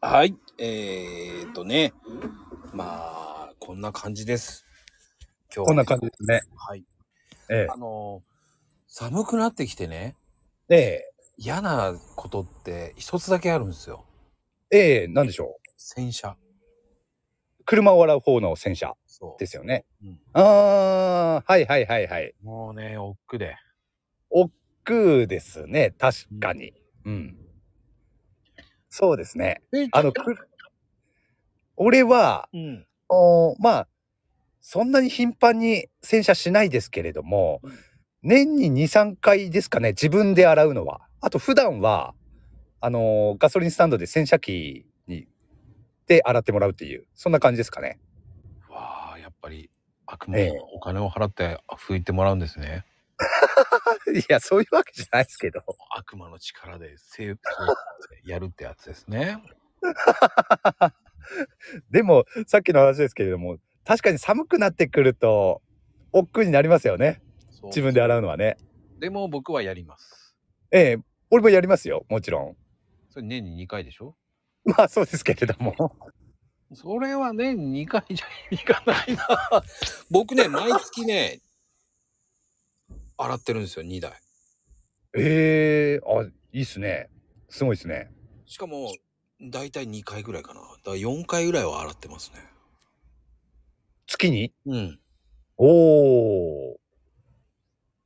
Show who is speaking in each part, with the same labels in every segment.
Speaker 1: はい。えー、っとね。まあ、こんな感じです。今日
Speaker 2: こ
Speaker 1: はね、
Speaker 2: んな感じですね。
Speaker 1: はい。
Speaker 2: え
Speaker 1: あのー、寒くなってきてね、
Speaker 2: え。え
Speaker 1: 嫌なことって一つだけあるんですよ。
Speaker 2: え。ええ。なんでしょ
Speaker 1: 洗車。
Speaker 2: う。車を洗う方の洗車
Speaker 1: そう。
Speaker 2: ですよね。
Speaker 1: うん
Speaker 2: ああ、はいはいはいはい。
Speaker 1: もうね、億劫で。
Speaker 2: くですね。確かに。うん。そうですね。あの、く俺は、
Speaker 1: うん。
Speaker 2: おーまあ、そんなに頻繁に洗車しないですけれども
Speaker 1: うん、
Speaker 2: 年に2、3回ですかね、自分で洗うのは。あと、普段は、あのーガソリンスタンドで洗車機に、で洗ってもらうっていう、そんな感じですかね。
Speaker 1: わあ、やっぱり、悪
Speaker 2: え
Speaker 1: 夢
Speaker 2: え、
Speaker 1: お金を払って拭いてもらうんですね。
Speaker 2: いや、そういうわけじゃないですけど。
Speaker 1: 悪魔の力でセーブ やるってやつですね。
Speaker 2: でも、さっきの話ですけれども、確かに寒くなってくると、億劫になりますよね。
Speaker 1: そう
Speaker 2: 自分で洗うのはね。
Speaker 1: でも僕はやります。
Speaker 2: ええ、俺もやりますよ、もちろん。
Speaker 1: それ年に2回でしょ
Speaker 2: まあ、そうですけれども。
Speaker 1: それはね、2回じゃいかないな。 僕ね、毎月ね、洗ってるんですよ、2台。
Speaker 2: ええあ、いいっすね。すごいっすね。
Speaker 1: しかも、だいたい2回ぐらいかな。だから4回ぐらいは洗ってますね。
Speaker 2: 月に
Speaker 1: うん。
Speaker 2: おー。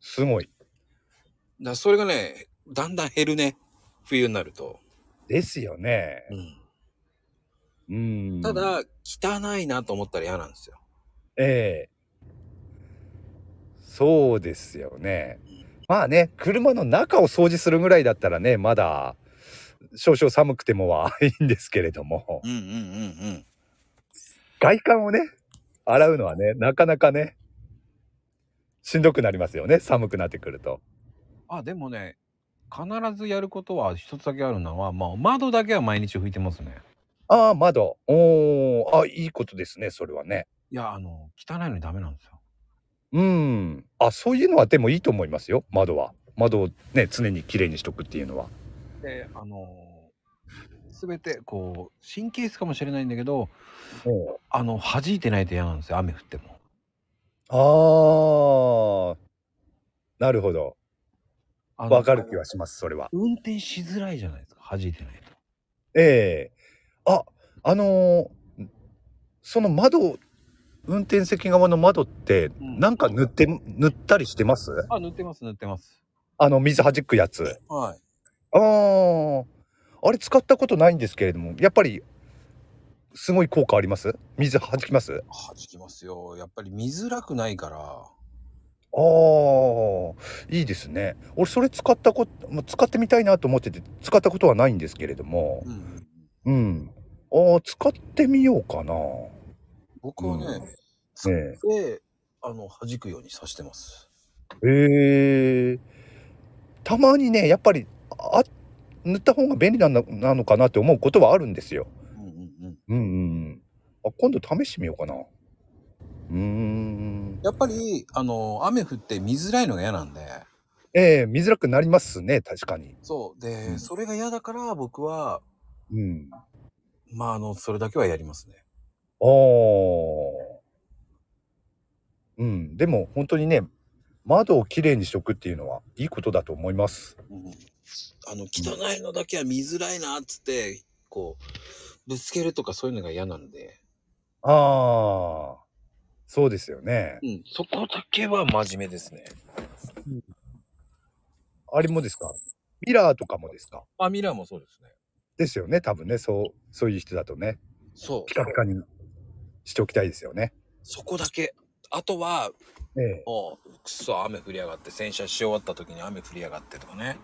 Speaker 2: すごい。
Speaker 1: だからそれがね、だんだん減るね。冬になると。
Speaker 2: ですよね。
Speaker 1: うん。
Speaker 2: うん。
Speaker 1: た、だ、汚いなと思ったら嫌なんですよ。
Speaker 2: ええそうですよね。まあね、車の中を掃除するぐらいだったらね、まだ、少々寒くてもは いいんですけれども、
Speaker 1: うんうんうんうん。
Speaker 2: 外観をね、洗うのはね、なかなかね、しんどくなりますよね、寒くなってくると。
Speaker 1: あ、でもね、必ずやることは一つだけあるのは、まあ、窓だけは毎日拭いてますね。
Speaker 2: ああ、窓。おー、あ、いいことですね、それはね。
Speaker 1: いや、あの、汚いのにダメなんですよ。
Speaker 2: うん。あ、そういうのはでもいいと思いますよ。窓は。窓をね、常に綺麗にしとくっていうのは。
Speaker 1: であのー、全てこう神経質かもしれないんだけどあの弾いてないと嫌なんですよ雨降っても
Speaker 2: ああ。なるほど。
Speaker 1: あの
Speaker 2: わかる気はします、それは。
Speaker 1: 運転しづらいじゃないですか弾いてないと
Speaker 2: ええあ、あのーその窓、運転席側の窓って、
Speaker 1: ん
Speaker 2: なんか塗って、塗ったりしてます
Speaker 1: あ塗ってます塗ってます
Speaker 2: あの、水弾くやつ。
Speaker 1: はい
Speaker 2: ああ、あれ使ったことないんですけれども、やっぱりすごい効果あります水弾きますあ
Speaker 1: 弾きますよやっぱり見づらくないから
Speaker 2: あ、いいですね。俺それ使ったこと、まあ使ってみたいなと思ってて、使ったことはないんですけれども
Speaker 1: う、ん
Speaker 2: うん。ああ、使ってみようかな。
Speaker 1: 僕はね、
Speaker 2: うん
Speaker 1: 使っ
Speaker 2: え
Speaker 1: てあの弾くようにさしてます
Speaker 2: ええたまにね、やっぱり、あ、塗った方が便利なのなのかなって思うことはあるんですよ。
Speaker 1: うんうんうん
Speaker 2: うんうんうん。あ、今度試してみようかな。うーん。
Speaker 1: やっぱりあの雨降って見づらいのが嫌なんで
Speaker 2: ええ見づらくなりますね、確かに。
Speaker 1: そうで、
Speaker 2: うん
Speaker 1: それが嫌だから僕は
Speaker 2: うん。あ
Speaker 1: まああのそれだけはやりますね
Speaker 2: あー。うん。でも、本当にね、窓をきれいにしとくっていうのはいいことだと思います。
Speaker 1: うんあの汚いのだけは見づらいなっつってこうぶつけるとかそういうのが嫌なんで、
Speaker 2: ああ。そうですよね。
Speaker 1: うん、そこだけは真面目ですね
Speaker 2: あれもですかミラーとかもですか
Speaker 1: あミラーもそうですね
Speaker 2: ですよね、多分ね。そう、そういう人だとね、
Speaker 1: そ
Speaker 2: ピ
Speaker 1: う
Speaker 2: カピカにしておきたいですよね。
Speaker 1: そこだけあとは
Speaker 2: ええ
Speaker 1: もうくそ雨降りやがって洗車し終わった時に雨降りやがってとかね、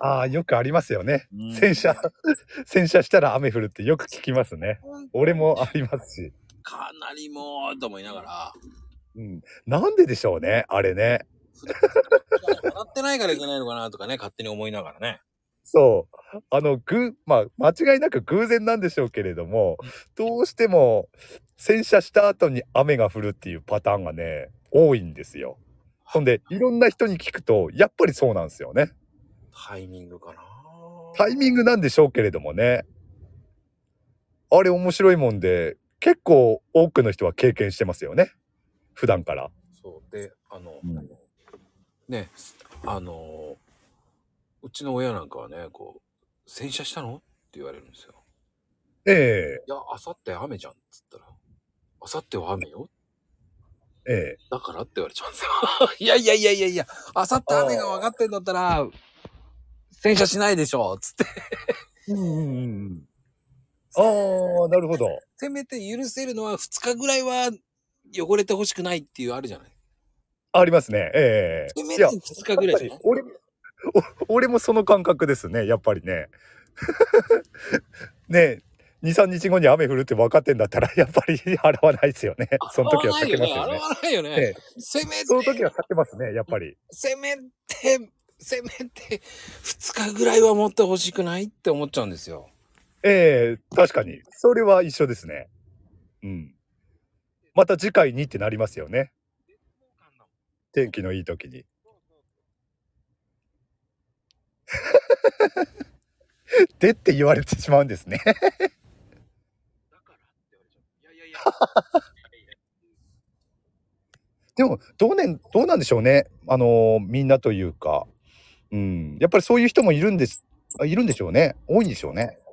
Speaker 2: ああ、よくありますよね。
Speaker 1: うん
Speaker 2: 洗車、洗車したら雨降るってよく聞きますね。俺もありますし。
Speaker 1: かなりもうと思いながら
Speaker 2: うん。なんででしょうね、あれね。
Speaker 1: 洗ってないからいけないのかなとかね勝手に思いながらね
Speaker 2: そう。あの、ぐ、まあ、間違いなく偶然なんでしょうけれども、どうしても、洗車した後に雨が降るっていうパターンがね、多いんですよ。ほんで、いろんな人に聞くと、やっぱりそうなんですよね。
Speaker 1: タイミングかな
Speaker 2: タイミングなんでしょうけれどもね。あれ面白いもんで、結構多くの人は経験してますよね。普段から。
Speaker 1: そうであの、
Speaker 2: うん
Speaker 1: ねあのうちの親なんかはねこう「洗車したの?」って言われるんですよ。
Speaker 2: え
Speaker 1: いやあさって雨じゃんっつったら「あさっては雨よ
Speaker 2: えええ
Speaker 1: だから?」って言われちゃうんですよ。 いやいやいやいやいやあさって雨が分かってんだったら洗車しないでしょっつって
Speaker 2: うんうんうん。ああ、なるほど。
Speaker 1: せめて許せるのは2日ぐらいは汚れてほしくないっていうあるじゃない。
Speaker 2: ありますね。ええ
Speaker 1: せめ
Speaker 2: い
Speaker 1: て
Speaker 2: や、
Speaker 1: 2日ぐらいじゃない
Speaker 2: 俺もお俺もその感覚ですねやっぱりね ね23日後に雨降るって分かってんだったらやっぱり洗わないですよねその時は避けますよ
Speaker 1: 洗
Speaker 2: ね
Speaker 1: わないよね。洗わないよね
Speaker 2: ええ
Speaker 1: せめて
Speaker 2: その時は避けますねやっぱり
Speaker 1: せめてせめて2日ぐらいは持ってほしくないって思っちゃうんですよ。
Speaker 2: ええ確かにそれは一緒ですねうんまた次回にってなりますよね天気のいい時に でって言われてしまうんですね
Speaker 1: いやいやいや
Speaker 2: でもどう,、ね、どうなんでしょうねあのーみんなというか、うん、やっぱりそういう人もいるんですあいるんでしょうね多いんでしょうね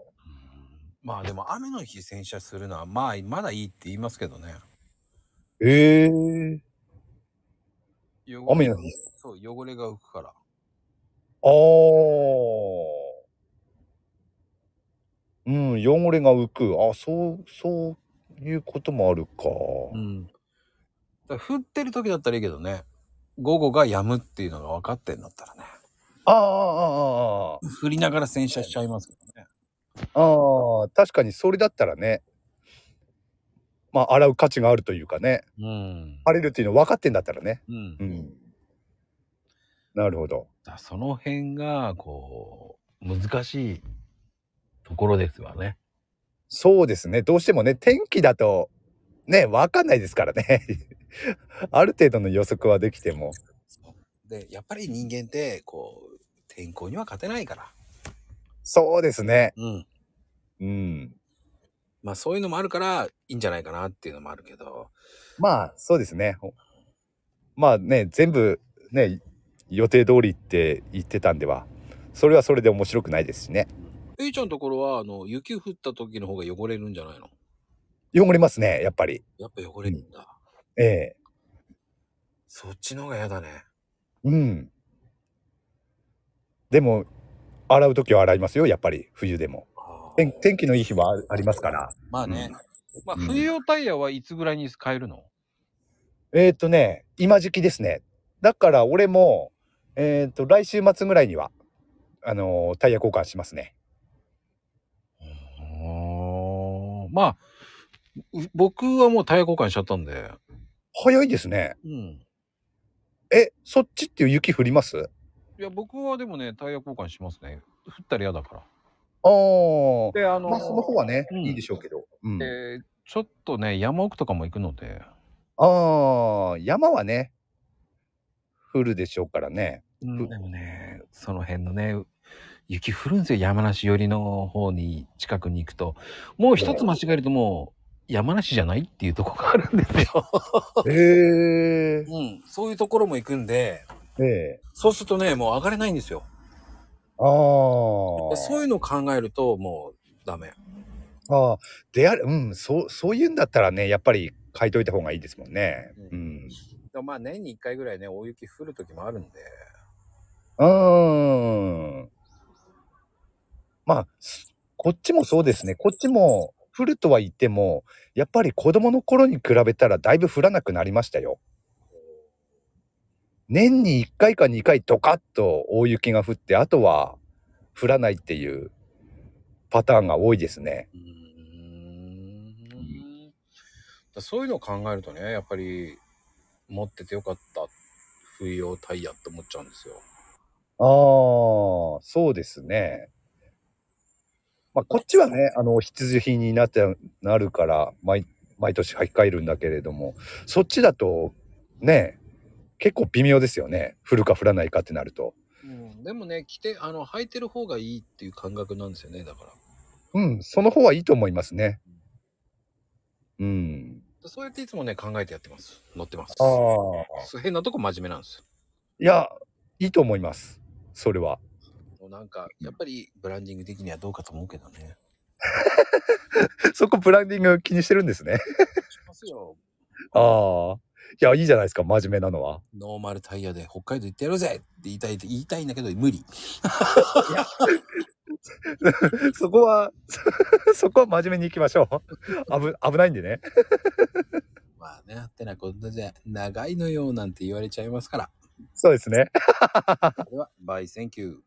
Speaker 1: まあでも雨の日洗車するのはまあまだいいって言いますけどね。
Speaker 2: へえー、雨の日
Speaker 1: そう汚れが浮くから。
Speaker 2: あーうん汚れが浮くあそうそういうこともあるか、
Speaker 1: うん。だから降ってる時だったらいいけどね。午後が止むっていうのが分かってんだったらね。
Speaker 2: あああー
Speaker 1: 降りながら洗車しちゃいますけどね。
Speaker 2: あーあーあー確かにそれだったらねまあ洗う価値があるというかね
Speaker 1: うん。
Speaker 2: 荒れるっていうの分かってんだったらね
Speaker 1: うん。
Speaker 2: うんなるほど
Speaker 1: だからその辺がこう難しいところですわね。
Speaker 2: そうですね。どうしてもね、天気だと、ね、わかんないですからね。 ある程度の予測はできても。
Speaker 1: でやっぱり人間ってこう天候には勝てないから、
Speaker 2: そうですね。
Speaker 1: うん、
Speaker 2: うん。
Speaker 1: まあそういうのもあるからいいんじゃないかなっていうのもあるけど
Speaker 2: まあ、そうですね。ほまあね、全部、ね、予定通りって言ってたんでは、それはそれで面白くないですしね。
Speaker 1: えいちゃんのところはあの雪降った時の方が汚れるんじゃないの
Speaker 2: 汚れますね、やっぱり。
Speaker 1: やっぱ汚れるんだ、
Speaker 2: ええ
Speaker 1: そっちの方が嫌だね
Speaker 2: うん。でも、洗うときは洗いますよ、やっぱり、冬でも。
Speaker 1: あー
Speaker 2: 天天気のいい日はあありますから。
Speaker 1: まあね、まあ
Speaker 2: うん
Speaker 1: 冬用タイヤはいつぐらいに変えるの、
Speaker 2: えーっ、とね、今時期ですね。だから俺も、えーっ、と、来週末ぐらいには、あのータイヤ交換しますね。
Speaker 1: あーまあう僕はもうタイヤ交換しちゃったんで
Speaker 2: 早いですね。
Speaker 1: うん
Speaker 2: え、そっちっていう雪降ります
Speaker 1: いや僕はでもねタイヤ交換しますね降ったら嫌だから
Speaker 2: あー。
Speaker 1: であの
Speaker 2: まあ、その方はね、
Speaker 1: うん
Speaker 2: いいでしょうけど。うん。
Speaker 1: えーちょっとね山奥とかも行くので
Speaker 2: あー、山はね、降るでしょうからね。ん
Speaker 1: でもねその辺のね雪降るんですよ山梨寄りの方に近くに行くともう一つ間違えるともう山梨じゃないっていうとこがあるんですよ、
Speaker 2: へえ
Speaker 1: うん、そういうところも行くんで
Speaker 2: ー。ええ
Speaker 1: そうするとねもう上がれないんですよ
Speaker 2: あー。
Speaker 1: そういうのを考えるともうダメ
Speaker 2: あーである、うん、そう、そういうんだったらね、やっぱり書いといた方がいいですもんね。
Speaker 1: う
Speaker 2: うん。
Speaker 1: まあ年に1回ぐらいね大雪降る時もあるんで
Speaker 2: うーん。まあ、すこっちもそうですね。こっちも降るとは言っても、やっぱり子供の頃に比べたらだいぶ降らなくなりましたよ。年に1回か2回ドカッと大雪が降って、あとは降らないっていうパターンが多いですね。
Speaker 1: うーんだそういうのを考えるとねやっぱり持っててよかった冬用タイヤって思っちゃうんですよ。
Speaker 2: ああ、そうですね。まあ、こっちはね、あの、必需品になって、なるから、毎、毎年履き替えるんだけれども、そっちだと、ね、結構微妙ですよね。降るか降らないかってなると。
Speaker 1: うん、でもね着てあの履いてる方がいいっていう感覚なんですよねだから。
Speaker 2: うん、その方はいいと思いますね。うん。
Speaker 1: そうやっていつもね、考えてやってます。乗ってます。
Speaker 2: ああ。
Speaker 1: そう変なとこ真面目なんです
Speaker 2: いや、いいと思います。それは。
Speaker 1: よ。もうなんか、やっぱりブランディング的にはどうかと思うけどね。
Speaker 2: そこブランディング気にしてるんですね。
Speaker 1: しますよ。
Speaker 2: ああ。いや、いいじゃないですか、真面目なのは。
Speaker 1: ノーマルタイヤで北海道行ってやろうぜって言いたいって言いたいんだけど無理。
Speaker 2: そこは、 そこは真面目に行きましょう。危、危ないんでね。
Speaker 1: まあね、あってなことじゃ長いのよなんて言われちゃいますから。
Speaker 2: そうですね。
Speaker 1: これは、バイセンキュー。